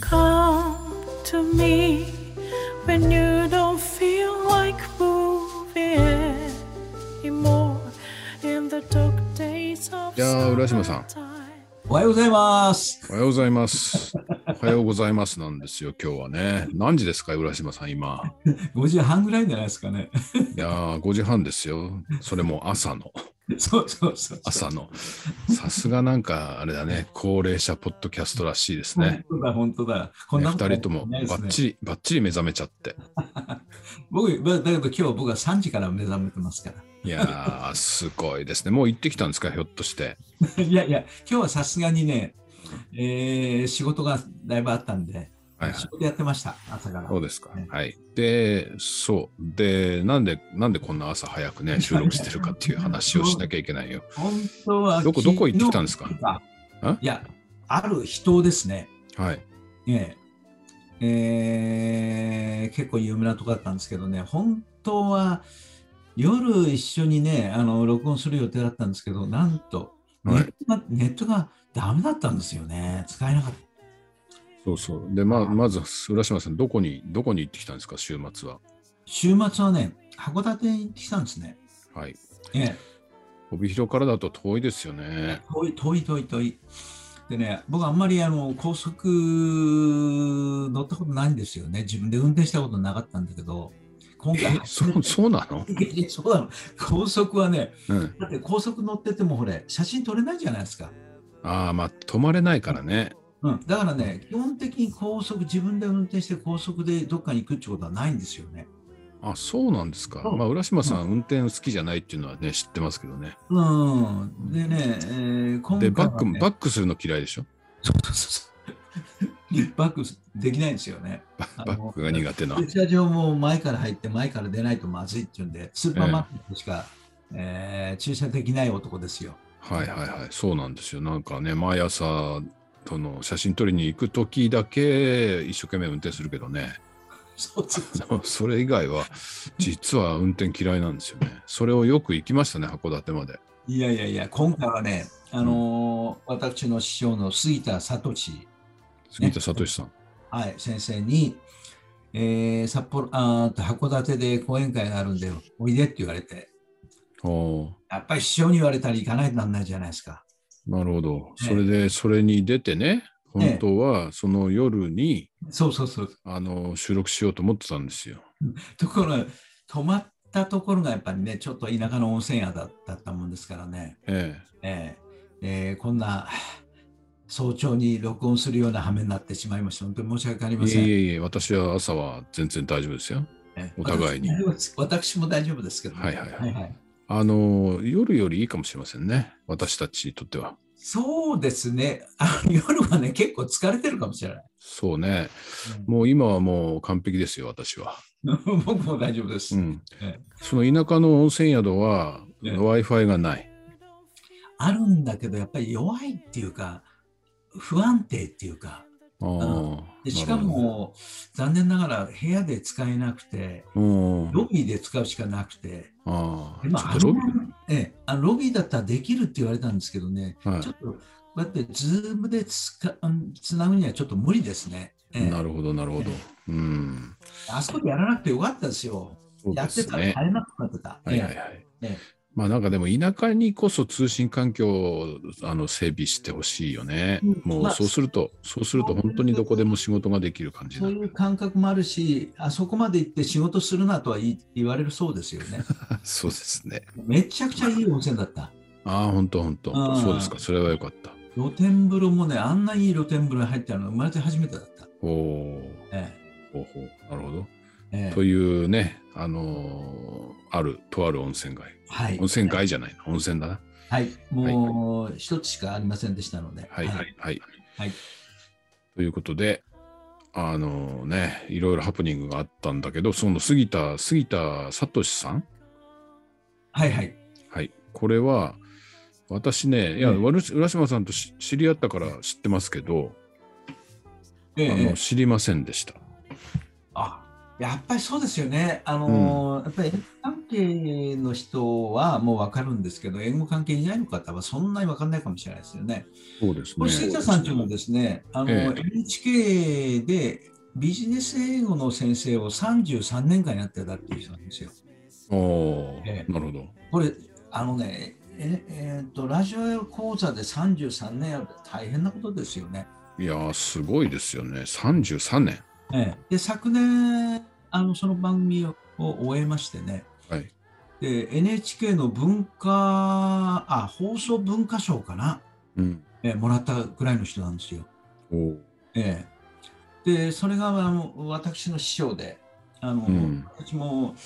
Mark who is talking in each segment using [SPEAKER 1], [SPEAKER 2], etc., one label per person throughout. [SPEAKER 1] Come to me when you don't feel like moving anymore in the dark days of
[SPEAKER 2] いやー浦島さん
[SPEAKER 1] summertime.
[SPEAKER 3] おはようございます。
[SPEAKER 2] おはようございます。おはようございますなんですよ、今日はね。何時ですか、浦島さん、今。
[SPEAKER 3] 5時半ぐらいじゃないですかね。
[SPEAKER 2] いやー、5時半ですよ。それも朝の、
[SPEAKER 3] そうそうそう。
[SPEAKER 2] 朝の。さすがなんか、あれだね、高齢者ポッドキャストらしいですね。
[SPEAKER 3] 本当だ、本当だ。こん
[SPEAKER 2] ね
[SPEAKER 3] な
[SPEAKER 2] 二、
[SPEAKER 3] こと
[SPEAKER 2] 人ともバ
[SPEAKER 3] ないですね
[SPEAKER 2] ッチリ、バッチリ目覚めちゃって。
[SPEAKER 3] 僕、だだけど今日僕は3時から目覚めてますか
[SPEAKER 2] いやー、すごいですね。もう行ってきたんですか、ひょっとして。
[SPEAKER 3] ら。 いやいや、今日はさすがにね、えー仕事がだいぶあったんで、
[SPEAKER 2] はい、はい
[SPEAKER 3] 仕。事やってました、朝から。
[SPEAKER 2] そうですか
[SPEAKER 3] ね。
[SPEAKER 2] はい。で、そう。で、なんで、なんでこんな朝早くね、収録してるかっていう話をしなきゃいけ ないよ。
[SPEAKER 3] 本当は
[SPEAKER 2] どこどこ行ってきたんですか
[SPEAKER 3] 昨日
[SPEAKER 2] え
[SPEAKER 3] いや、ある人ですね。
[SPEAKER 2] はい。
[SPEAKER 3] ねええー結構有名なとこだったんですけどね、本当は夜一緒にね、あの録音する予定だったんですけど、なんとネ
[SPEAKER 2] はい
[SPEAKER 3] ットが,、ネットがダメだったんですよね、使えなかった。
[SPEAKER 2] そうそう。で、まあ、まず、浦島さん、どこに、どこに行ってきたんですか、週末は。
[SPEAKER 3] 週末はね、函館に行ってきたんですね。
[SPEAKER 2] はい。
[SPEAKER 3] ええ
[SPEAKER 2] 帯広からだと遠いですよ ね。
[SPEAKER 3] 遠い遠い遠い遠い。でね、僕あんまりあの高速乗ったことないんですよね。自分で運転したことなかったんだけど、今
[SPEAKER 2] え
[SPEAKER 3] 回、
[SPEAKER 2] そう、そうなの、
[SPEAKER 3] そうなの。高速はね、
[SPEAKER 2] うん、
[SPEAKER 3] だって高速乗っててもほれ写真撮れないじゃないですか。
[SPEAKER 2] ああ、まあ、止まれないからね。
[SPEAKER 3] うん、だからね、基本的に高速、自分で運転して高速でどっかに行くってことはないんですよね。
[SPEAKER 2] あそうなんですか。
[SPEAKER 3] うん
[SPEAKER 2] まあ、浦島さん、運転好きじゃないっていうのはね、知ってますけどね。
[SPEAKER 3] うん。でね、えー今回
[SPEAKER 2] で、
[SPEAKER 3] は、
[SPEAKER 2] バ
[SPEAKER 3] ね、
[SPEAKER 2] ック、バ
[SPEAKER 3] ッ
[SPEAKER 2] ックするの嫌いでしょ
[SPEAKER 3] ク、バックできないんですよね。あ
[SPEAKER 2] バ
[SPEAKER 3] の
[SPEAKER 2] ックが苦手な。
[SPEAKER 3] 駐車場も前から入って、前から出ないとまずいっていうんで、スーパーマーケットしか、えー駐車できない男ですよ。
[SPEAKER 2] はいはいはい、そうなんですよ。なんかね、毎朝、その写真撮りに行く時だけ一生懸命運転するけどね、
[SPEAKER 3] そうそうそう
[SPEAKER 2] それ以外は、実は運転嫌いなんですよね。それをよく行きましたね、函館まで。
[SPEAKER 3] いやいやいや、今回はね、あのー私の師匠の杉田聡
[SPEAKER 2] 杉田聡さん。
[SPEAKER 3] はい、先生に、えー札幌あーと函館で講演会があるんで、おいでって言われて、
[SPEAKER 2] あ
[SPEAKER 3] やっぱり師匠に言われたら行かないとなんないじゃないですか。
[SPEAKER 2] あ、なるほど。
[SPEAKER 3] ええ
[SPEAKER 2] それで、それに出てね、
[SPEAKER 3] ええ
[SPEAKER 2] 本当はその夜に、
[SPEAKER 3] そうそうそう。
[SPEAKER 2] あの収録しようと思ってたんですよ。
[SPEAKER 3] ところが、泊まったところがやっぱりね、ちょっと田舎の温泉宿だだったもんですからね、
[SPEAKER 2] え
[SPEAKER 3] えーえーこんな早朝に録音するような羽目になってしまいました。本当に申し訳あり
[SPEAKER 2] え、
[SPEAKER 3] ま
[SPEAKER 2] い
[SPEAKER 3] せ
[SPEAKER 2] え
[SPEAKER 3] ん。
[SPEAKER 2] いえいえ、私は朝は全然大丈夫ですよ。
[SPEAKER 3] えー
[SPEAKER 2] お互いに
[SPEAKER 3] 私も大丈夫です私も大丈夫ですけど、
[SPEAKER 2] はいはいは。
[SPEAKER 3] はいいはい
[SPEAKER 2] あの、夜よりいいかもしれませんね、私たちにとっては。
[SPEAKER 3] そうですね。あの夜はね、結構疲れてるかもしれない。
[SPEAKER 2] そうね。
[SPEAKER 3] うん
[SPEAKER 2] もう今はもう完璧ですよ、私は。
[SPEAKER 3] 僕も大丈夫です。
[SPEAKER 2] うん
[SPEAKER 3] ええ。
[SPEAKER 2] その田舎の温泉宿は
[SPEAKER 3] ええ
[SPEAKER 2] Wi-Fi がない。
[SPEAKER 3] あるんだけど、やっぱり弱いっていうか、不安定っていうか、
[SPEAKER 2] ああ
[SPEAKER 3] でしか、も、残念ながら部屋で使えなくて、
[SPEAKER 2] なるほどうん。
[SPEAKER 3] ロビーで使うしかなくて、
[SPEAKER 2] あ
[SPEAKER 3] でま
[SPEAKER 2] あ、
[SPEAKER 3] あ
[SPEAKER 2] ちょっとロビ
[SPEAKER 3] あのええ、あのロビーだったらできるって言われたんですけどね、
[SPEAKER 2] ー。は
[SPEAKER 3] ちょっとこうやってズームでつかうんつなぐにはちょっと無理ですね。え
[SPEAKER 2] い。
[SPEAKER 3] え
[SPEAKER 2] なるほど、なるほど。うん。
[SPEAKER 3] あそこでやらなくてよかったですよ。
[SPEAKER 2] そう
[SPEAKER 3] や
[SPEAKER 2] で
[SPEAKER 3] って
[SPEAKER 2] す
[SPEAKER 3] たら
[SPEAKER 2] ね。
[SPEAKER 3] 買えなくなってた。
[SPEAKER 2] はいはい
[SPEAKER 3] え
[SPEAKER 2] はい。
[SPEAKER 3] ええ
[SPEAKER 2] まあなんかでも田舎にこそ通信環境をあの整備してほしいよね
[SPEAKER 3] うん。
[SPEAKER 2] も
[SPEAKER 3] ま
[SPEAKER 2] う
[SPEAKER 3] あ
[SPEAKER 2] そうすると、そうすると本当にどこでも仕事ができる感
[SPEAKER 3] え
[SPEAKER 2] じ
[SPEAKER 3] そ
[SPEAKER 2] だ
[SPEAKER 3] う。いう感覚もあるし、あそこまで行って仕事するなとは言い言われるそうですよね。
[SPEAKER 2] そうですね。
[SPEAKER 3] めちゃくちゃいい温泉だった。
[SPEAKER 2] ああ、本当本当。
[SPEAKER 3] うん
[SPEAKER 2] そうですか。それはよかった。
[SPEAKER 3] 露天風呂もね、あんないい露天風呂に入ったの生まれて初めてだった。
[SPEAKER 2] おお。
[SPEAKER 3] え
[SPEAKER 2] ほうほうなるほど。
[SPEAKER 3] えええ
[SPEAKER 2] というね、あのーある、とある温泉街。
[SPEAKER 3] はい
[SPEAKER 2] 温、泉街じゃないな、温泉だな。
[SPEAKER 3] はい、もう一つしかありませんでしたので、
[SPEAKER 2] はい、はい、はい。
[SPEAKER 3] はい
[SPEAKER 2] ということで、あのーね、いろいろハプニングがあったんだけど、その杉田、杉田聡さん
[SPEAKER 3] はいはい
[SPEAKER 2] はい。これは、私ね、いや、
[SPEAKER 3] うん
[SPEAKER 2] わる浦島さんとし知り合ったから知ってますけど、
[SPEAKER 3] ええ
[SPEAKER 2] あ
[SPEAKER 3] ええ
[SPEAKER 2] の知りませんでした。
[SPEAKER 3] あやっぱりそうですよね。あのーやっぱり英語関係の人はもう分かるんですけど、英語関係以外の方はそんなに分かんないかもしれないですよね。
[SPEAKER 2] そうです
[SPEAKER 3] こ
[SPEAKER 2] ね。
[SPEAKER 3] れ、杉田さんというのはですね、あの
[SPEAKER 2] ええ
[SPEAKER 3] NHK でビジネス英語の先生を33年間やってたっていう人なんですよ。
[SPEAKER 2] お
[SPEAKER 3] え
[SPEAKER 2] ーなるほど。
[SPEAKER 3] これ、あのね、ええーっとラジオ講座で33年やるって大変なことですよね。
[SPEAKER 2] いやー、すごいですよね。33年。
[SPEAKER 3] ええ、で昨年あのその番組を終えましてね、
[SPEAKER 2] はい
[SPEAKER 3] で NHK の文化あ放送文化賞かな、
[SPEAKER 2] うん。
[SPEAKER 3] ええもらったぐらいの人なんですよ。
[SPEAKER 2] おー
[SPEAKER 3] ええ、でそれがあの私の師匠であの、
[SPEAKER 2] うん
[SPEAKER 3] 私も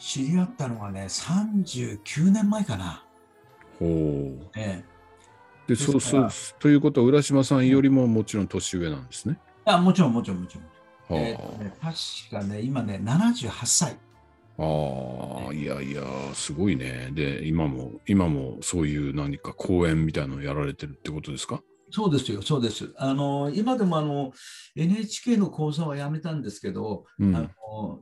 [SPEAKER 3] 知り合ったのはね39年前かな。
[SPEAKER 2] おー
[SPEAKER 3] ええ
[SPEAKER 2] で、
[SPEAKER 3] す
[SPEAKER 2] そ
[SPEAKER 3] か
[SPEAKER 2] う
[SPEAKER 3] ら
[SPEAKER 2] そう。ということは、浦島さんよりももちろん年上なんですね。
[SPEAKER 3] あもちろんもちろんもちろん。
[SPEAKER 2] は
[SPEAKER 3] えっとね、確かね、今ね、78歳。
[SPEAKER 2] あ、ああ、いやいや、すごいね。で、今も、今もそういう何か講演みたいなのをやられてるってことですか
[SPEAKER 3] そうですよ、そうです。あの今でもあの NHK の講座はやめたんですけど、
[SPEAKER 2] うん。
[SPEAKER 3] あの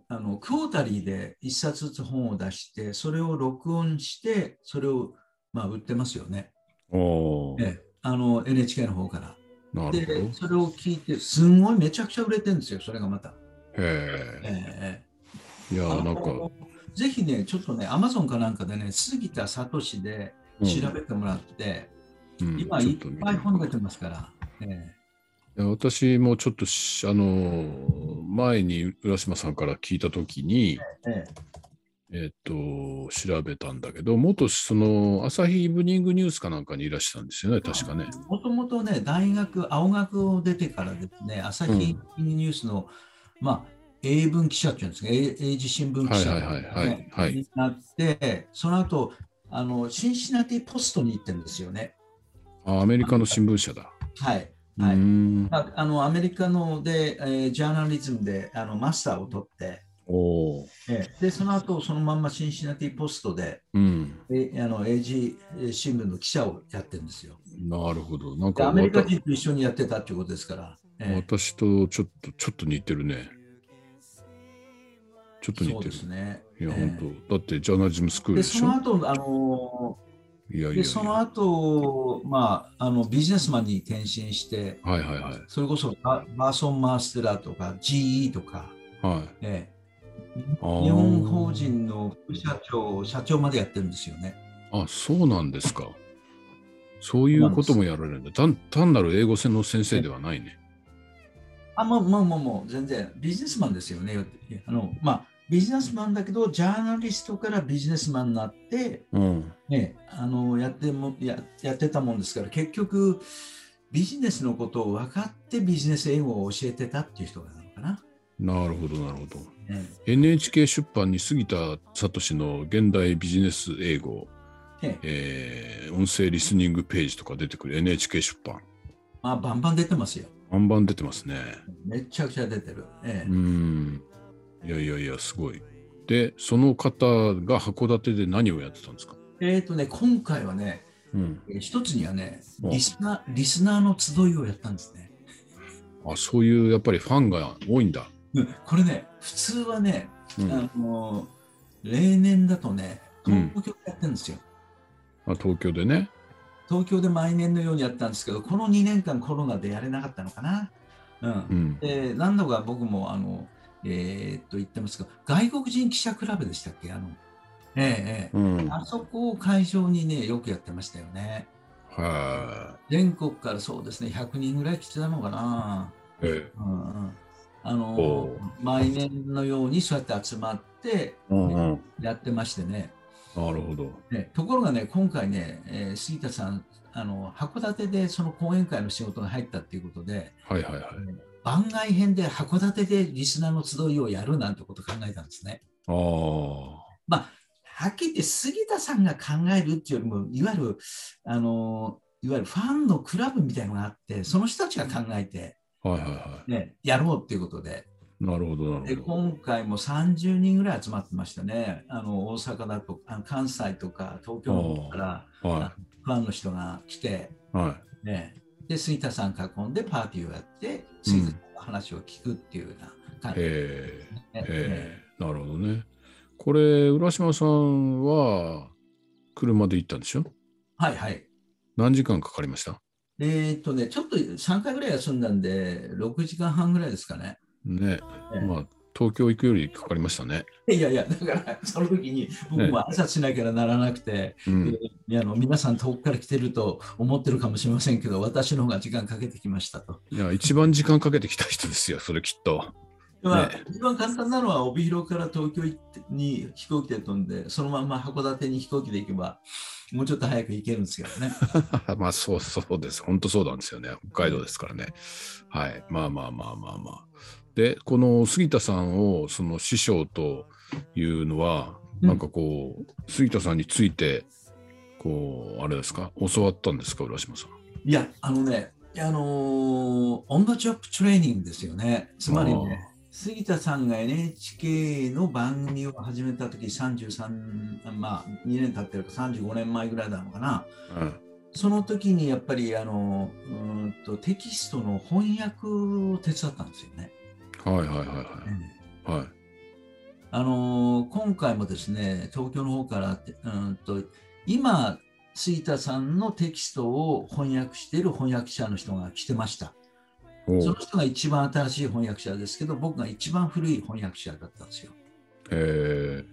[SPEAKER 3] あのクォータリーで1冊ずつ本を出して、それを録音して、それを、まあ、売ってますよね、
[SPEAKER 2] おー
[SPEAKER 3] ええあの NHK の方から。
[SPEAKER 2] なるほど
[SPEAKER 3] で、。それを聞いて、すんごいめちゃくちゃ売れてるんですよ、それがまた。
[SPEAKER 2] へえ。
[SPEAKER 3] ええ
[SPEAKER 2] いや
[SPEAKER 3] あ
[SPEAKER 2] ー、
[SPEAKER 3] の
[SPEAKER 2] なんか、
[SPEAKER 3] ぜひね、ちょっとね、アマゾンかなんかでね、杉田聡で調べてもらって、
[SPEAKER 2] うん
[SPEAKER 3] 今
[SPEAKER 2] ちょ
[SPEAKER 3] い
[SPEAKER 2] と
[SPEAKER 3] っ
[SPEAKER 2] 見て
[SPEAKER 3] ぱい本出てますから。え
[SPEAKER 2] いや私もちょっとし、あのー前に浦島さんから聞いたときに、
[SPEAKER 3] えええ
[SPEAKER 2] えっ、と、調べたんだけど、元その、朝日イブニングニュースかなんかにいらしたんですよね、確かね。
[SPEAKER 3] もともとね、大学、青学を出てからですね、朝日ニュースの、まあ、英文記者っていうんですか、英英字新聞記者
[SPEAKER 2] はいはいはいはい
[SPEAKER 3] ね
[SPEAKER 2] はい
[SPEAKER 3] になって、その後あのシンシナティ・ポストに行ってるんですよね。
[SPEAKER 2] あアメリカの新聞社だ。
[SPEAKER 3] はい。はいう
[SPEAKER 2] ーん
[SPEAKER 3] まあ、あのアメリカので、えージャーナリズムであのマスターを取って、
[SPEAKER 2] おー
[SPEAKER 3] えーでその後そのまんまシンシナティ・ポストで、
[SPEAKER 2] うん。
[SPEAKER 3] えあの英字えー新聞の記者をやってるんですよ。
[SPEAKER 2] なるほど。なん
[SPEAKER 3] で
[SPEAKER 2] か
[SPEAKER 3] アメリカ
[SPEAKER 2] わた
[SPEAKER 3] 人と一緒にやってたっていうことですから。えー
[SPEAKER 2] 私とちょっと、ちょっと似てるね。ちょっと似
[SPEAKER 3] そう
[SPEAKER 2] て
[SPEAKER 3] で
[SPEAKER 2] る。
[SPEAKER 3] すね。
[SPEAKER 2] いや、
[SPEAKER 3] ええ
[SPEAKER 2] 本当だって、ジャーナリズムスクール
[SPEAKER 3] で
[SPEAKER 2] でし
[SPEAKER 3] そ
[SPEAKER 2] ょ
[SPEAKER 3] の後あの
[SPEAKER 2] いやいやい
[SPEAKER 3] で
[SPEAKER 2] や。
[SPEAKER 3] その後、まあ、あのビジネスマンに転身して、
[SPEAKER 2] はいはいはい。
[SPEAKER 3] それこそババーソン・マーステラとか GE とか、
[SPEAKER 2] はい。
[SPEAKER 3] え
[SPEAKER 2] 日
[SPEAKER 3] え日本法人の副社長、社長までやってるんですよね。
[SPEAKER 2] あ、そうなんですか。そういうこともやられるんだ。単単なる英語専の先生ではないね。
[SPEAKER 3] あ、もうもうもうもう全然ビジネスマンですよね。あのまあ、ビジネスマンだけど、ジャーナリストからビジネスマンになって、
[SPEAKER 2] うん。
[SPEAKER 3] ね、あのやってもややってたもんですから結局ビジネスのことを分かってビジネス英語を教えてたっていう人なのかな。
[SPEAKER 2] なるほど、なるほど。
[SPEAKER 3] え
[SPEAKER 2] NHK 出版に杉田聡の現代ビジネス英語、
[SPEAKER 3] ええ
[SPEAKER 2] えー音声リスニングページとか出てくる NHK 出版。
[SPEAKER 3] まあ、バンバン出てますよ。
[SPEAKER 2] バンバン出てますね。
[SPEAKER 3] めちゃくちゃ出てる。え
[SPEAKER 2] う
[SPEAKER 3] え
[SPEAKER 2] ん。いやいやいや、すごい。で、その方が函館で何をやってたんですか
[SPEAKER 3] えーとね、今回はね、
[SPEAKER 2] うん。
[SPEAKER 3] えー一つにはね
[SPEAKER 2] お
[SPEAKER 3] リスナー、リスナーの集いをやったんですね。
[SPEAKER 2] あ、そういう、やっぱりファンが多いんだ。
[SPEAKER 3] うんこれね、普通はね、
[SPEAKER 2] うん。
[SPEAKER 3] あの例年だとね、
[SPEAKER 2] うん
[SPEAKER 3] 東京でやってるんですよ。
[SPEAKER 2] あ東京でね。
[SPEAKER 3] 東京で毎年のようにやったんですけど、この2年間コロナでやれなかったのかな。うん
[SPEAKER 2] うん。
[SPEAKER 3] で何度か僕もあの、えーっと言ってますが、外国人記者クラブでしたっけあの、えええ
[SPEAKER 2] うん。
[SPEAKER 3] え、
[SPEAKER 2] は
[SPEAKER 3] あそこを会場にね、よくやってましたよね。
[SPEAKER 2] い。
[SPEAKER 3] 全国からそうですね、100人ぐらい来てたのかな。
[SPEAKER 2] え
[SPEAKER 3] うんうん、あ
[SPEAKER 2] お
[SPEAKER 3] の
[SPEAKER 2] う
[SPEAKER 3] 毎年のようにそうやって集まって
[SPEAKER 2] えうんうん、
[SPEAKER 3] やってましてね。
[SPEAKER 2] なるほど。
[SPEAKER 3] ねところがね、今回ね、えー杉田さんあの、函館でその講演会の仕事が入ったっていうことで、
[SPEAKER 2] はいはいはい。
[SPEAKER 3] 番外編で函館でリスナーの集いをやるなんてこと考えたんですね。
[SPEAKER 2] ああ、
[SPEAKER 3] はっきり言って杉田さんが考えるっていうよりも、いわゆる、あのいわゆるファンのクラブみたいなのがあって、その人たちが考えて、
[SPEAKER 2] はいはいは
[SPEAKER 3] ね、やろうっていうことで
[SPEAKER 2] い。なるほどな
[SPEAKER 3] で、
[SPEAKER 2] るほど。
[SPEAKER 3] 今回も30人ぐらい集まってましたね。あの大阪だとあの関西とか東京の方から
[SPEAKER 2] は
[SPEAKER 3] ファンの人が来て、
[SPEAKER 2] い。は
[SPEAKER 3] ね、で杉田さん囲んでパーティーをやって、杉田さんの話を聞くっていうような感じ
[SPEAKER 2] え
[SPEAKER 3] ね
[SPEAKER 2] えええなるほどね。これ、浦島さんは車で行ったんでしょ
[SPEAKER 3] はいはい。
[SPEAKER 2] 何時間かかりました
[SPEAKER 3] えーっとね、ちょっと3回ぐらい休んだんで、6時間半ぐらいですかね。
[SPEAKER 2] ね、
[SPEAKER 3] ええ
[SPEAKER 2] まあ、東京行くよりかかりましたね。
[SPEAKER 3] いやいや、だから、その時に僕も挨拶しなきゃならなくて、
[SPEAKER 2] うん、
[SPEAKER 3] いやあの皆さん遠くから来てると思ってるかもしれませんけど、私の方が時間かけてきましたと。
[SPEAKER 2] いや、一番時間かけてきた人ですよ、それきっと。
[SPEAKER 3] まあ一番簡単なのは、帯広から東京行ってに飛行機で飛んで、そのまま函館に飛行機で行けば、もうちょっと早く行けるんですけどね。
[SPEAKER 2] まあ、そうそうです。本当そうなんですよね。北海道ですからね。はい。まあまあまあまあまあ。で、この杉田さんを、その師匠というのは、
[SPEAKER 3] うん
[SPEAKER 2] なんかこう、杉田さんについて、こう、あれですか、教わったんですか、浦島さん。
[SPEAKER 3] いや、あのね、あのーオンザジョップトレーニングですよね。つまりね、杉田さんが NHK の番組を始めた時33、まあ2年経ってるか35年前ぐらいなのかな。
[SPEAKER 2] うん
[SPEAKER 3] その時にやっぱりあのうーんとテキストの翻訳を手伝ったんですよね。
[SPEAKER 2] はいはいはいはい。はい。
[SPEAKER 3] あのー今回もですね、東京の方からてうーんと今、杉田さんのテキストを翻訳している翻訳者の人が来てました。
[SPEAKER 2] お
[SPEAKER 3] そうの人が一番新しい翻訳者ですけど、僕が一番古い翻訳者だったんですよ。
[SPEAKER 2] え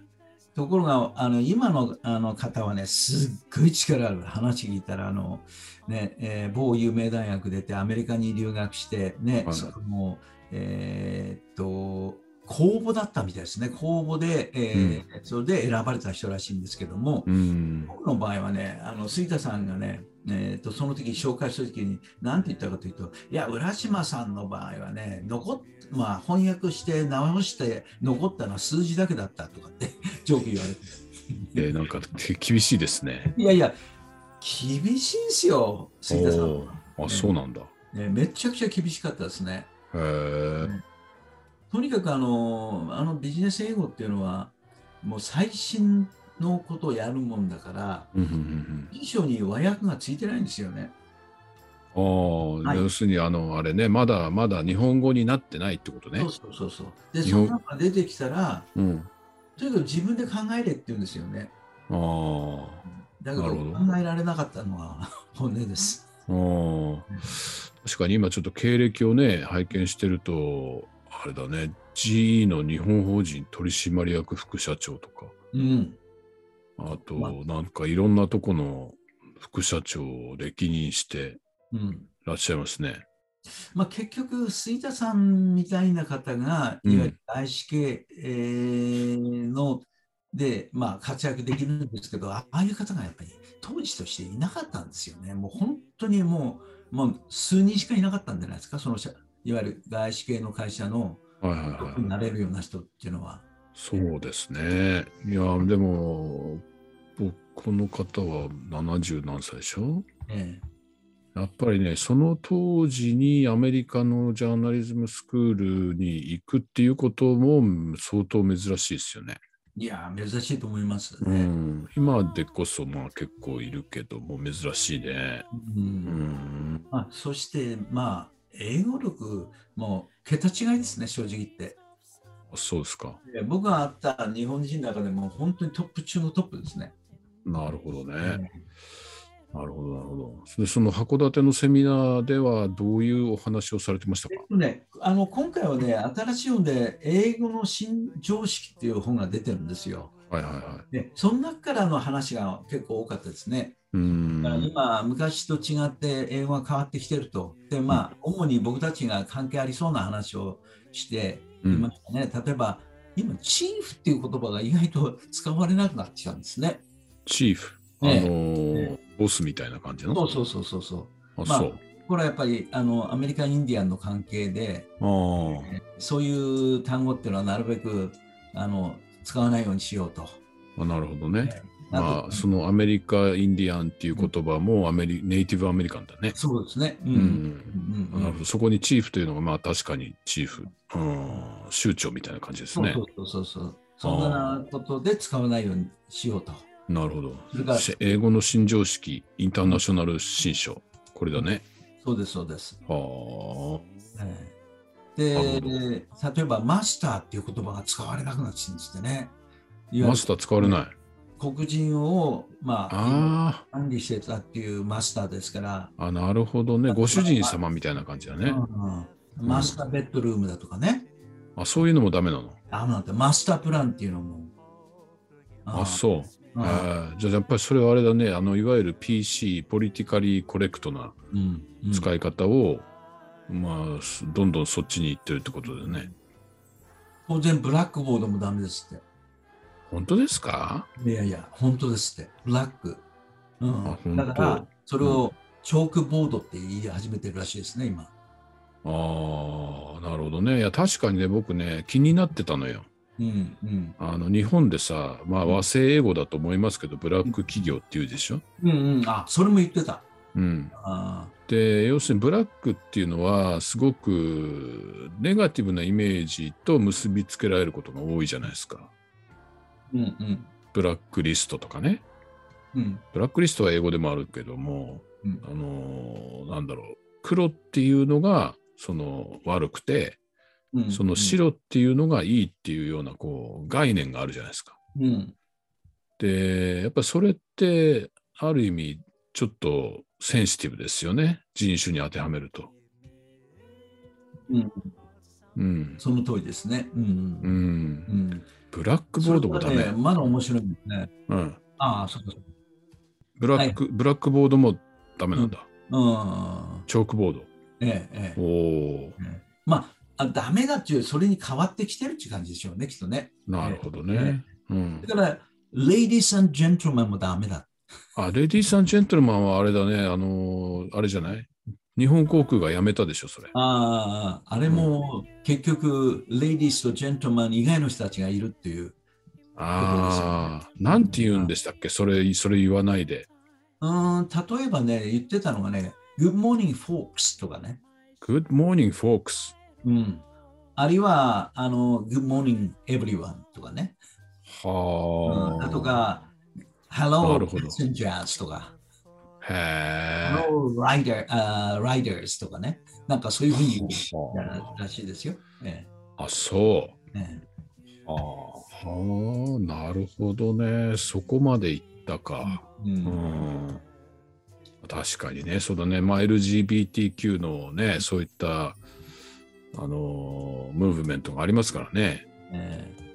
[SPEAKER 3] ところが、あの今のあの方はね、すっごい力ある。話聞いたら、あのねえー某有名大学出て、アメリカに留学して、ね
[SPEAKER 2] はい
[SPEAKER 3] それもえーっと、公募だったみたいですね。公募で、えーそれで選ばれた人らしいんですけども、
[SPEAKER 2] ー、うん。
[SPEAKER 3] 僕の場合はね、あの杉田さんがね、えー、とその時紹介した時に何て言ったかというと、いや、浦島さんの場合はね、残っまあ、翻訳して直して残ったのは数字だけだったとかって ジョーク言われて、
[SPEAKER 2] えー、なんかて厳しいですね。
[SPEAKER 3] いやいや、厳しいんですよ、杉田さんは、
[SPEAKER 2] おーあ、そうなんだ。
[SPEAKER 3] ね。めちゃくちゃ厳しかったですね。
[SPEAKER 2] へえ。
[SPEAKER 3] とにかくあのあのビジネス英語っていうのは、もう最新のことをやるもんだから、
[SPEAKER 2] うんうんうん
[SPEAKER 3] 印象に和訳がついてないんですよね。
[SPEAKER 2] うんああ、
[SPEAKER 3] はい
[SPEAKER 2] 要するにあのあれねまだまだ日本語になってないってことね。
[SPEAKER 3] そうそうそうそう。で、
[SPEAKER 2] 日
[SPEAKER 3] そ
[SPEAKER 2] 本
[SPEAKER 3] の中出てきたら、
[SPEAKER 2] うん、
[SPEAKER 3] とにかく自分で考えれって言うんですよね。
[SPEAKER 2] あ
[SPEAKER 3] だけ
[SPEAKER 2] なる
[SPEAKER 3] ど考
[SPEAKER 2] ほど
[SPEAKER 3] えられなかったのは本音です。
[SPEAKER 2] あうん確かに今ちょっと経歴をね拝見してるとあれだね GE の日本法人取締役副社長とか
[SPEAKER 3] うん。
[SPEAKER 2] あと
[SPEAKER 3] まあ
[SPEAKER 2] なんかいろんなとこの副社長を歴任して
[SPEAKER 3] うん。
[SPEAKER 2] らっしゃいますね。
[SPEAKER 3] まあ結局、杉田さんみたいな方が、
[SPEAKER 2] うん
[SPEAKER 3] いわゆる外資系えーの、で、まあ活躍できるんですけど、あああいう方がやっぱり当時としていなかったんですよね。もう本当にもう、もう数人しかいなかったんじゃないですか、その社、いわゆる外資系の会社の
[SPEAKER 2] はいはい
[SPEAKER 3] ト
[SPEAKER 2] は
[SPEAKER 3] ップ
[SPEAKER 2] い
[SPEAKER 3] になれるような人っていうのは。
[SPEAKER 2] そうですね。いやでも僕の方は70何歳でしょ
[SPEAKER 3] ええ
[SPEAKER 2] やっぱりね、その当時にアメリカのジャーナリズムスクールに行くっていうことも相当珍しいですよね。
[SPEAKER 3] いやー、珍しいと思います
[SPEAKER 2] う
[SPEAKER 3] ね。
[SPEAKER 2] ん、今でこそまあ結構いるけども珍しいね。
[SPEAKER 3] う
[SPEAKER 2] うんん、
[SPEAKER 3] まあ、そして、まあ、英語力も桁違いですね、正直言って。
[SPEAKER 2] あそうですか。
[SPEAKER 3] で僕が会った日本人の中でも本当にトップ中のトップですね。
[SPEAKER 2] なるほど
[SPEAKER 3] え
[SPEAKER 2] ね。なるほどなるほど。それでその函館のセミナーではどういうお話をされてましたか
[SPEAKER 3] っとね、あの今回はね、新しい本で、英語の新常識っていう本が出てるんですよ。
[SPEAKER 2] はいはいはい。
[SPEAKER 3] で、その中からの話が結構多かったですね。
[SPEAKER 2] うん。
[SPEAKER 3] だから今、昔と違って英語が変わってきてると。で、まあ、主に僕たちが関係ありそうな話をして、
[SPEAKER 2] う
[SPEAKER 3] いま
[SPEAKER 2] ん、
[SPEAKER 3] したね。例えば、今、チーフっていう言葉が意外と使われなくなってきたんですね。
[SPEAKER 2] チーフ、あの
[SPEAKER 3] ええ
[SPEAKER 2] ー
[SPEAKER 3] え
[SPEAKER 2] ボスみたいな感じの。
[SPEAKER 3] そうそうそうそうそう。
[SPEAKER 2] あ、
[SPEAKER 3] まあ
[SPEAKER 2] そう。
[SPEAKER 3] これはやっぱりあのアメリカ・インディアンの関係で、
[SPEAKER 2] ああ。
[SPEAKER 3] そういう単語っていうのはなるべくあの使わないようにしようと。
[SPEAKER 2] あなるほどね。
[SPEAKER 3] あと
[SPEAKER 2] まあ、そのアメリカ、インディアンっていう言葉もアメリ、ネイティブアメリカンだね。
[SPEAKER 3] そうですね。
[SPEAKER 2] う
[SPEAKER 3] う。
[SPEAKER 2] んん。
[SPEAKER 3] うんうん
[SPEAKER 2] なるほど。そこにチーフというのが、まあ確かにチーフ、うん、州長みたいな感じです
[SPEAKER 3] そう
[SPEAKER 2] ね
[SPEAKER 3] そ。うそうそう。そんなことで使わないようにしようと。
[SPEAKER 2] なるほど
[SPEAKER 3] それから。
[SPEAKER 2] し英語の新常識、インターナショナル新書。これだね。
[SPEAKER 3] そうです、そうです。
[SPEAKER 2] はあ。
[SPEAKER 3] え
[SPEAKER 2] な
[SPEAKER 3] えで、
[SPEAKER 2] る
[SPEAKER 3] 例えばマスターっていう言葉が使われなくなってきてるんですってね。いわゆ
[SPEAKER 2] マ
[SPEAKER 3] る
[SPEAKER 2] スター使われない。
[SPEAKER 3] 黒人を、まあ、
[SPEAKER 2] あ
[SPEAKER 3] 管理してたっていうマスターですから、
[SPEAKER 2] ーあ、なるほどね。ご主人様みたいな感じだね。
[SPEAKER 3] うんマスターベッドルームだとかね、
[SPEAKER 2] あ、そういうのもダメなの。
[SPEAKER 3] あなんてマスタープランっていうのも。
[SPEAKER 2] あ、そう。
[SPEAKER 3] うん。
[SPEAKER 2] あーじゃあやっぱりそれはあれだね。あのいわゆる PC、ポリティカリーコレクトな
[SPEAKER 3] うんうん
[SPEAKER 2] 使い方を、まあすどんどんそっちに行ってるってことだよね。
[SPEAKER 3] 当然、ブラックボードもダメですって。
[SPEAKER 2] 本当ですか？
[SPEAKER 3] いやいや、本当ですって。ブラック。う
[SPEAKER 2] あ
[SPEAKER 3] ん、
[SPEAKER 2] 本
[SPEAKER 3] だ
[SPEAKER 2] 当
[SPEAKER 3] から、それをチョークボードって言い始めてるらしいですね、今。
[SPEAKER 2] ああ、なるほどね。いや確かにね、僕ね気になってたのよ。
[SPEAKER 3] うんうん。
[SPEAKER 2] あの日本でさ、まあ和製英語だと思いますけど、ブラック企業っていうでしょ。
[SPEAKER 3] うんうん。あ、それも言ってた。
[SPEAKER 2] うん。
[SPEAKER 3] あ
[SPEAKER 2] で要するにブラックっていうのはすごくネガティブなイメージと結びつけられることが多いじゃないですか。
[SPEAKER 3] ーうんうん。
[SPEAKER 2] ブラックリストとかね。
[SPEAKER 3] うん
[SPEAKER 2] ブラックリストは英語でもあるけども、
[SPEAKER 3] うん
[SPEAKER 2] あのーなんだろう黒っていうのがその悪くて、
[SPEAKER 3] うん。
[SPEAKER 2] その白っていうのがいいっていうようなこう概念があるじゃないですか。
[SPEAKER 3] うん。
[SPEAKER 2] でやっぱりそれってある意味ちょっとセンシティブですよね人種に当てはめると。
[SPEAKER 3] うん
[SPEAKER 2] うん
[SPEAKER 3] その通りですね。うん
[SPEAKER 2] う
[SPEAKER 3] う
[SPEAKER 2] ん
[SPEAKER 3] ん。うん。
[SPEAKER 2] ブラックボードもダ
[SPEAKER 3] それ
[SPEAKER 2] メ
[SPEAKER 3] はね。まだ面白いんですね。
[SPEAKER 2] うん、
[SPEAKER 3] ああ、そうかそうか。
[SPEAKER 2] ブラック、ブラックボードもダメなんだ。
[SPEAKER 3] うん。
[SPEAKER 2] チョークボー
[SPEAKER 3] ええ、え
[SPEAKER 2] ド。
[SPEAKER 3] え。
[SPEAKER 2] おお
[SPEAKER 3] まあ、あダメだっていう、それに変わってきてるっていう感じでしょうね、きっとね。
[SPEAKER 2] なるほどね。うん
[SPEAKER 3] だ、から、レディースジェントルマンもダメだ。
[SPEAKER 2] あ、レディースジェントルマンはあれだね、あのーあれじゃない日本航空が辞めたでしょ、それ。
[SPEAKER 3] ああ、あれも結局、レディースとジェントルマン以外の人たちがいるっていう。
[SPEAKER 2] ああ、なんて言うんでしたっけ、それ、それ言わないで。
[SPEAKER 3] うーん、例えばね、言ってたのがね、Good morning, folks とかね。
[SPEAKER 2] Good morning, folks.
[SPEAKER 3] うん。あるいは、あの、Good morning, everyone とかね。うん、
[SPEAKER 2] はあ。
[SPEAKER 3] だとか、Hello,
[SPEAKER 2] なるほど
[SPEAKER 3] passengers とか、
[SPEAKER 2] へえ。
[SPEAKER 3] Hello, rider, あー riders とかね。なんかそういうふうに言う
[SPEAKER 2] は
[SPEAKER 3] らしいですよ。え
[SPEAKER 2] あ、そう。
[SPEAKER 3] えええ
[SPEAKER 2] あーはあ、なるほどね。そこまで行ったか。
[SPEAKER 3] う
[SPEAKER 2] うんん。確かにね、そうだね。まあ、LGBTQ のね、そういった、あのームーブメントがありますからね。
[SPEAKER 3] ええ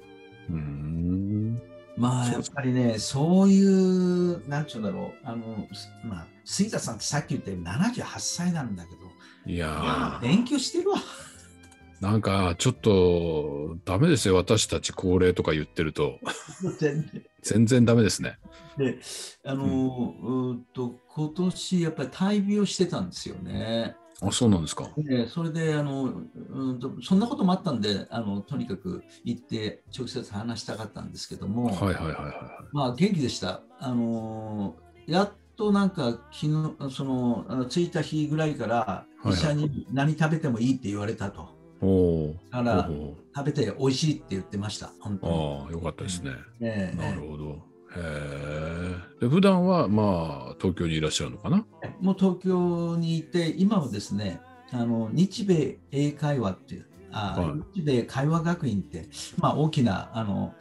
[SPEAKER 2] うーん
[SPEAKER 3] まあ
[SPEAKER 2] そう
[SPEAKER 3] やっぱりね、そういう、なんちゅうんだろう、あの、すまあ、杉田さんってさっき言ったように78歳なんだけど、
[SPEAKER 2] いやー
[SPEAKER 3] 勉強してるわ。
[SPEAKER 2] なんかちょっとダメですよ私たち高齢とか言ってると
[SPEAKER 3] 全然
[SPEAKER 2] 全然ダメですね
[SPEAKER 3] で、あの、うーんと、今年やっぱり大病してたんですよね。
[SPEAKER 2] あそうなんですか
[SPEAKER 3] でそれであのうーんと、そんなこともあったんであの、とにかく行って直接話したかったんですけども、
[SPEAKER 2] はいはいはいは
[SPEAKER 3] まあ元気でした。あのーやっとなんか昨日そのあの着いた日ぐらいから
[SPEAKER 2] いはい
[SPEAKER 3] 医者に何食べてもいいって言われたと。
[SPEAKER 2] いお
[SPEAKER 3] だから
[SPEAKER 2] お
[SPEAKER 3] 食べて美味しいって言ってました。本当に。
[SPEAKER 2] ああよかったですね
[SPEAKER 3] ええ
[SPEAKER 2] なるほどへえで普段はまあ東京にいらっしゃるのかな
[SPEAKER 3] ええもう東京にいて今はですねあの日米英会話っていうあ、
[SPEAKER 2] はい
[SPEAKER 3] 日米会話学院ってまあ大きなあの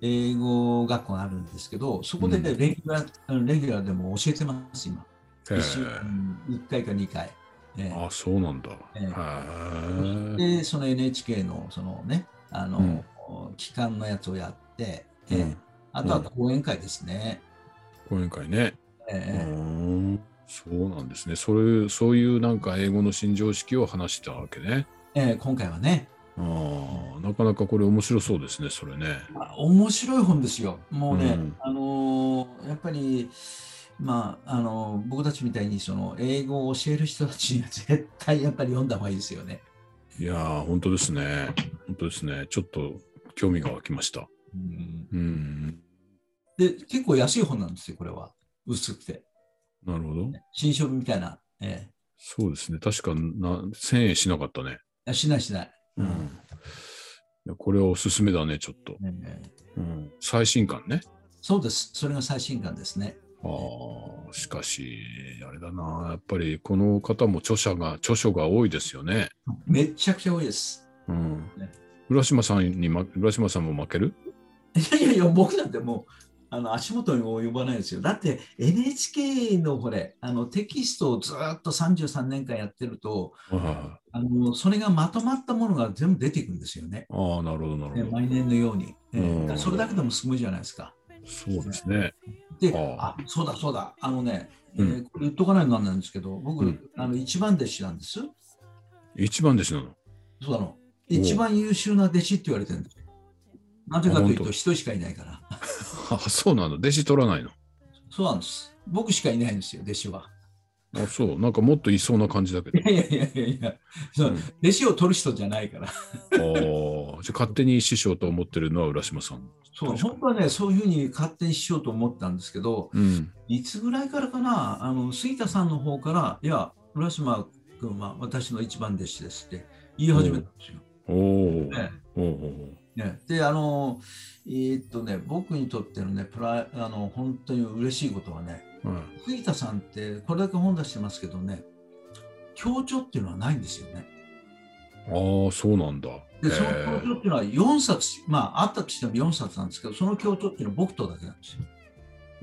[SPEAKER 3] 英語学校があるんですけどそこでね、
[SPEAKER 2] うん
[SPEAKER 3] レギュラーレギュラーでも教えてます今。
[SPEAKER 2] へ
[SPEAKER 3] 1週
[SPEAKER 2] え
[SPEAKER 3] 間1回か2回。ええ
[SPEAKER 2] あそうなんだへ
[SPEAKER 3] ええ
[SPEAKER 2] え
[SPEAKER 3] で、その NHK のそのね、あの、
[SPEAKER 2] うん
[SPEAKER 3] 機関のやつをやって、
[SPEAKER 2] う
[SPEAKER 3] えー
[SPEAKER 2] ん
[SPEAKER 3] あとは講演会ですね。
[SPEAKER 2] 講演会ねうー
[SPEAKER 3] えー
[SPEAKER 2] んそうなんですねそういうそういうなんか英語の新常識を話したわけね
[SPEAKER 3] えー今回はね、
[SPEAKER 2] ああ、なかなかこれ面白そうですね、それね。
[SPEAKER 3] あ面白い本ですよ。もうね、
[SPEAKER 2] うん
[SPEAKER 3] あのーやっぱり、まあ、あのー僕たちみたいにその英語を教える人たちには絶対やっぱり読んだ方がいいですよね。
[SPEAKER 2] いやー、本当ですね。本当ですね。ちょっと興味が湧きました。
[SPEAKER 3] うん
[SPEAKER 2] うん。
[SPEAKER 3] で、結構安い本なんですよ、これは。薄くて。
[SPEAKER 2] なるほど。
[SPEAKER 3] 新書みたいな。え
[SPEAKER 2] そうですね。確かな1000円しなかったね。
[SPEAKER 3] ーあしないしない。
[SPEAKER 2] うん。いやこれはおすすめだね、ちょっと。
[SPEAKER 3] えー
[SPEAKER 2] うん、最新刊ね。
[SPEAKER 3] そうです。それが最新刊ですね。
[SPEAKER 2] ああ、しかし、あれだな。やっぱりこの方も著者が、著書が多いですよね。
[SPEAKER 3] めっちゃくちゃ多いです。
[SPEAKER 2] うん
[SPEAKER 3] ね。
[SPEAKER 2] 浦島さんに負け、浦島さんも負ける
[SPEAKER 3] いやいや、僕なんてもう、あの足元に及ばないですよ。だって NHK のこれ、あのテキストをずーっと33年間やってると、
[SPEAKER 2] あ
[SPEAKER 3] あのそれがまとまったものが全部出ていくんですよね。
[SPEAKER 2] あああ、なるほど、な
[SPEAKER 3] ね
[SPEAKER 2] るほど。
[SPEAKER 3] 毎年のように。え
[SPEAKER 2] うん
[SPEAKER 3] えだからそれだけでもすごいじゃないですか。
[SPEAKER 2] そうですね。
[SPEAKER 3] で、
[SPEAKER 2] あ
[SPEAKER 3] あそうだそうだ、あのね、え
[SPEAKER 2] うん
[SPEAKER 3] ーこれ言っとかないのなんなんですけど、僕、
[SPEAKER 2] うん
[SPEAKER 3] あの一番弟子なんです。
[SPEAKER 2] 一番弟子なの。
[SPEAKER 3] そうなの。一番優秀な弟子って言われてるんですよ。なぜかという
[SPEAKER 2] あ本
[SPEAKER 3] と、
[SPEAKER 2] 当
[SPEAKER 3] 人しかいないから。
[SPEAKER 2] あそうなの。弟子取らないの。
[SPEAKER 3] そうなんです。僕しかいないんですよ、弟子は。
[SPEAKER 2] あそう。なんかもっといそうな感じだけど。
[SPEAKER 3] いやいやいやいや、そう
[SPEAKER 2] うん
[SPEAKER 3] 弟子を取る人じゃないから。
[SPEAKER 2] ああ、じゃあ勝手に師匠と思ってるのは浦島さん。
[SPEAKER 3] そ
[SPEAKER 2] 確
[SPEAKER 3] う、
[SPEAKER 2] かに
[SPEAKER 3] 本当はね、そういうふうに勝手にしようと思ったんですけど、
[SPEAKER 2] うん。
[SPEAKER 3] いつぐらいからかな、あの杉田さんの方から、いや、浦島君は私の一番弟子ですって言い始めたんですよ。
[SPEAKER 2] おお、
[SPEAKER 3] ね
[SPEAKER 2] おお。
[SPEAKER 3] ね、で、あの、えーっとね、僕にとってのね、プラあの本当に嬉しいことはね、
[SPEAKER 2] はい。
[SPEAKER 3] 杉田さんってこれだけ本出してますけどね、強調っていうのはないんですよね。
[SPEAKER 2] ああ、そうなんだ。
[SPEAKER 3] で、その
[SPEAKER 2] へ
[SPEAKER 3] 強調っていうのは4冊、まあ、あったとしても4冊なんですけど、その強調っていうのは僕とだけなんですよ。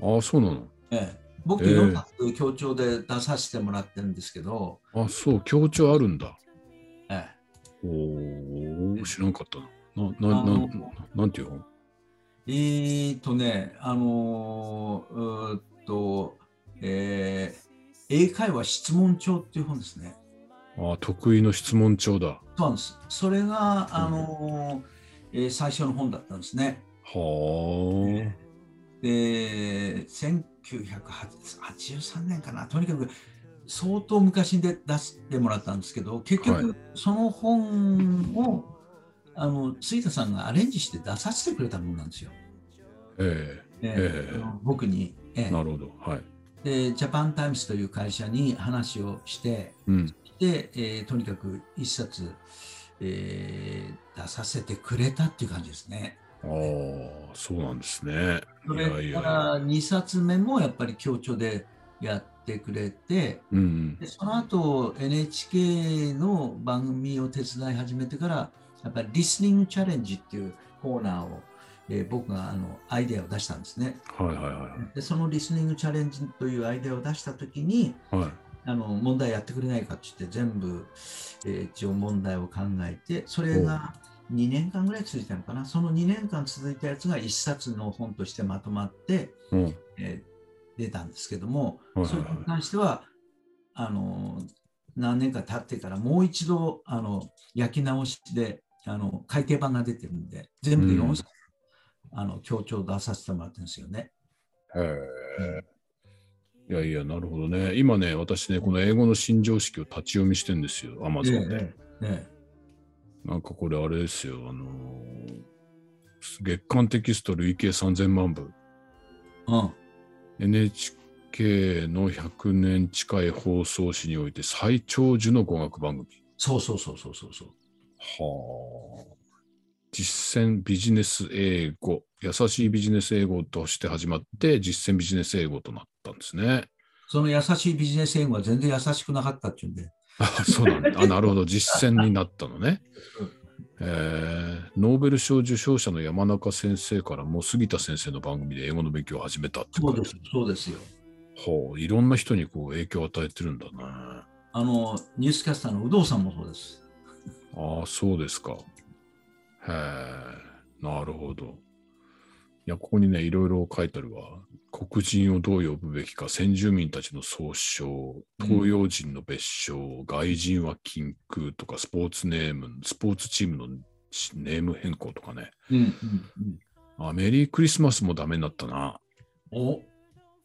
[SPEAKER 2] えああ、そうなの。
[SPEAKER 3] ええ、僕と
[SPEAKER 2] ええ
[SPEAKER 3] 4冊強調で出させてもらってるんですけど、
[SPEAKER 2] あそう、強調あるんだ。
[SPEAKER 3] え
[SPEAKER 2] おお、知らんかったな。な、
[SPEAKER 3] あ
[SPEAKER 2] な、な
[SPEAKER 3] の、
[SPEAKER 2] なんていうの
[SPEAKER 3] ええーとね、あのーうーっと、ええ英会話質問帳っていう本ですね。
[SPEAKER 2] ああ、得意の質問帳だ。
[SPEAKER 3] そうなんです。それが、あのーえー最初の本だったんですね。
[SPEAKER 2] はあ。
[SPEAKER 3] で、1983年かな、とにかく相当昔で出してもらったんですけど、結
[SPEAKER 2] は
[SPEAKER 3] 局、その本を、あの杉田さんがアレンジして出させてくれたものなんですよ。
[SPEAKER 2] え
[SPEAKER 3] で
[SPEAKER 2] ええ
[SPEAKER 3] あの僕に、え
[SPEAKER 2] え
[SPEAKER 3] え
[SPEAKER 2] なるほど。はい。
[SPEAKER 3] で、ジャパンタイムズという会社に話をして、
[SPEAKER 2] うん。
[SPEAKER 3] で、えーとにかく一冊、えー出させてくれたっていう感じですね。
[SPEAKER 2] ああ、そうなんですね。
[SPEAKER 3] そ
[SPEAKER 2] い
[SPEAKER 3] れ
[SPEAKER 2] や
[SPEAKER 3] か
[SPEAKER 2] いや。
[SPEAKER 3] ら2冊目もやっぱり協調でやってくれて、
[SPEAKER 2] うん
[SPEAKER 3] でその後 NHK の番組を手伝い始めてから、やっぱりリスニングチャレンジっていうコーナーを、えー僕があのアイデアを出したんですね。
[SPEAKER 2] うん。はいはいは
[SPEAKER 3] でそのリスニングチャレンジというアイデアを出したときに、
[SPEAKER 2] い。はい。
[SPEAKER 3] あの問題やってくれないかって言って全部、えー一応問題を考えてそれが2年間ぐらい続いたのかなその2年間続いたやつが1冊の本としてまとまって、
[SPEAKER 2] うん。
[SPEAKER 3] えー出たんですけども、
[SPEAKER 2] はいはいはい
[SPEAKER 3] それに関してはあの何年か経ってからもう一度あの焼き直しであの改訂版が出てるんで全部で4冊、あの強調出させてもらってるんですよね。
[SPEAKER 2] へえ。いやいや、なるほどね。今ね、私ね、この英語の新常識を立ち読みしてんですよ、アマゾンで。
[SPEAKER 3] えええ
[SPEAKER 2] なんかこれ、あれですよ、あのー月間テキスト累計3000万部、
[SPEAKER 3] えうん、
[SPEAKER 2] NHK の100年近い放送史において最長寿の語学番組。
[SPEAKER 3] そうそうそうそうそうそう。
[SPEAKER 2] はあ。実践ビジネス英語、優しいビジネス英語として始まって、実践ビジネス英語となったんですね。
[SPEAKER 3] その優しいビジネス英語は全然優しくなかったっていうんで、
[SPEAKER 2] あそうなんだ。あ、なるほど。実践になったのね
[SPEAKER 3] うん。
[SPEAKER 2] えーノーベル賞受賞者の山中先生からも杉田先生の番組で英語の勉強を始めたって
[SPEAKER 3] そう
[SPEAKER 2] 感
[SPEAKER 3] で
[SPEAKER 2] じ
[SPEAKER 3] す、そうですよ。
[SPEAKER 2] ほういろんな人にこう影響を与えてるんだな。
[SPEAKER 3] あの、ニュースキャスターの有働さんもそうです。
[SPEAKER 2] ああ、そうですか。へえ、なるほど。いや、ここにね、いろいろ書いてあるわ。黒人をどう呼ぶべきか、先住民たちの総称、東洋人の別称、外人は禁句とか、スポーツネーム、スポーツチームのネーム変更とかね。
[SPEAKER 3] うんうん
[SPEAKER 2] あ、メリークリスマスもダメになったな。
[SPEAKER 3] うん。お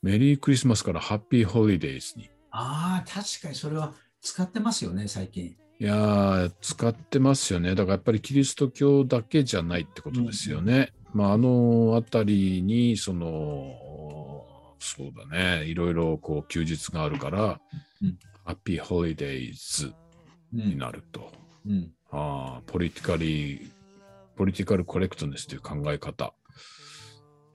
[SPEAKER 2] メリークリスマスからハッピーホリデイズに。
[SPEAKER 3] ああ、確かにそれは使ってますよね、最近。
[SPEAKER 2] いやー、使ってますよね。だからやっぱりキリスト教だけじゃないってことですよね。まあ、あのあたりに、その、そうだね、いろいろこう休日があるから、
[SPEAKER 3] うん
[SPEAKER 2] ハッピーホリデイズ
[SPEAKER 3] う
[SPEAKER 2] に
[SPEAKER 3] ん。
[SPEAKER 2] なると。
[SPEAKER 3] うん、
[SPEAKER 2] ああ、ポリティカリ、ポリティカルコレクトネスという考え方。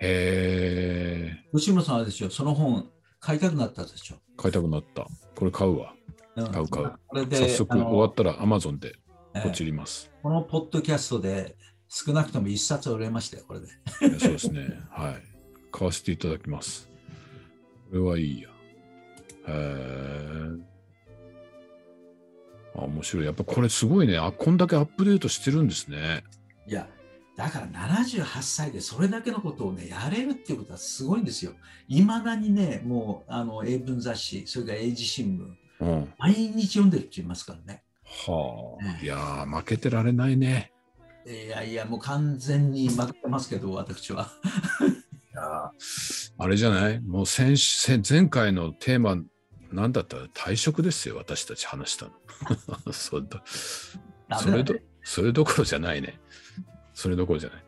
[SPEAKER 2] へえ、
[SPEAKER 3] 吉村さんはあれですよ、その本買いたくなったでしょ。
[SPEAKER 2] 買いたくなった。これ買うわ。
[SPEAKER 3] うん
[SPEAKER 2] 買う買う。
[SPEAKER 3] これで
[SPEAKER 2] 早速
[SPEAKER 3] あの
[SPEAKER 2] 終わったら Amazon で
[SPEAKER 3] ええ
[SPEAKER 2] ポチります。
[SPEAKER 3] このポッドキャストで少なくとも一冊売れましたよ、これで。
[SPEAKER 2] いやそうですね。はい。買わせていただきます。これはいいや。へえ。あ、面白い。やっぱこれすごいね。あ、こんだけアップデートしてるんですね。
[SPEAKER 3] いや、だから78歳でそれだけのことをね、やれるっていうことはすごいんですよ。いまだにね、もうあの英文雑誌、それから英字新聞、
[SPEAKER 2] うん。
[SPEAKER 3] 毎日読んでるって言いますからね。
[SPEAKER 2] はあ。いやー、負けてられないね。
[SPEAKER 3] いやいや、もう完全に負けてますけど、私は。
[SPEAKER 2] あれじゃないもう先週先前回のテーマ、なんだったら退職ですよ。私たち話したの。 そうだ。
[SPEAKER 3] ダ
[SPEAKER 2] そ
[SPEAKER 3] メ
[SPEAKER 2] れど
[SPEAKER 3] だね、
[SPEAKER 2] それどころじゃないね。それどころじゃない。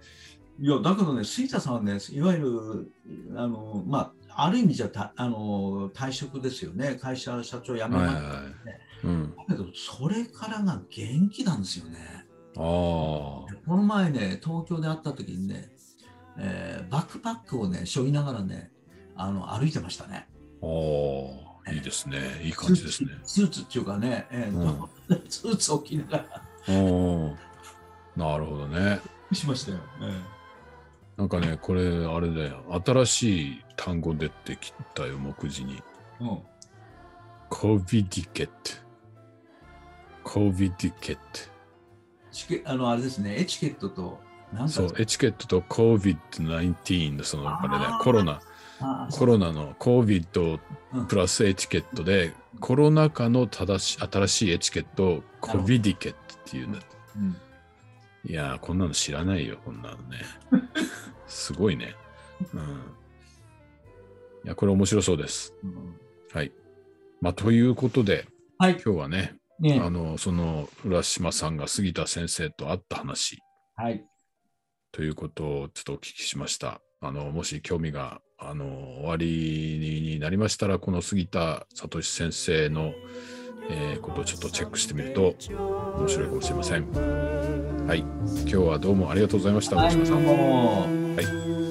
[SPEAKER 3] いや、だけどね、杉田さんはね、いわゆる、あの、まあ、ある意味じゃたあの退職ですよね。会社社長辞め
[SPEAKER 2] はい
[SPEAKER 3] ま
[SPEAKER 2] は
[SPEAKER 3] す
[SPEAKER 2] い
[SPEAKER 3] だ
[SPEAKER 2] はい。うん。
[SPEAKER 3] けど、それからが元気なんですよね。
[SPEAKER 2] あ
[SPEAKER 3] この前ね、東京で会った時にね、えーバックパックをね、背負いながらね、あの歩いてましたね。
[SPEAKER 2] あ。ああ。いいですね。いい感じ ですね。
[SPEAKER 3] スーツスーツっていうかね、えー
[SPEAKER 2] うん
[SPEAKER 3] スーツを着ながら
[SPEAKER 2] おーなるほどね。
[SPEAKER 3] しましたよ。
[SPEAKER 2] なんかね、これ、あれだよ。新しい単語出てきたよ、目次に。
[SPEAKER 3] うんうん
[SPEAKER 2] コビディケット。コビディケット。
[SPEAKER 3] チケあのあれですね、エチケットと、なんか
[SPEAKER 2] そう、エチケットと COVID-19 のその、あれだよ
[SPEAKER 3] あ。ー
[SPEAKER 2] コロナ、
[SPEAKER 3] あ
[SPEAKER 2] コロナの COVID プラスエチケットで、コロナ禍の正しい新しいエチケットをコビディケットっていうんだって。
[SPEAKER 3] うん
[SPEAKER 2] いやー、こんなの知らないよ、こんなのね。 すごいね。うん。いや、これ面白そうです。
[SPEAKER 3] うん
[SPEAKER 2] はい。まあ、ということで、
[SPEAKER 3] はい、
[SPEAKER 2] 今日はね、
[SPEAKER 3] ね
[SPEAKER 2] あの、その、浦島さんが杉田先生と会った話
[SPEAKER 3] はい、
[SPEAKER 2] ということをちょっとお聞きしました。あの、もし興味が、あの、終わりになりましたら、この杉田聡先生の、えーことをちょっとチェックしてみると、面白いかもしれません。はい。今日はどうもありがとうございました、浦島さん。
[SPEAKER 3] もう。
[SPEAKER 2] はい。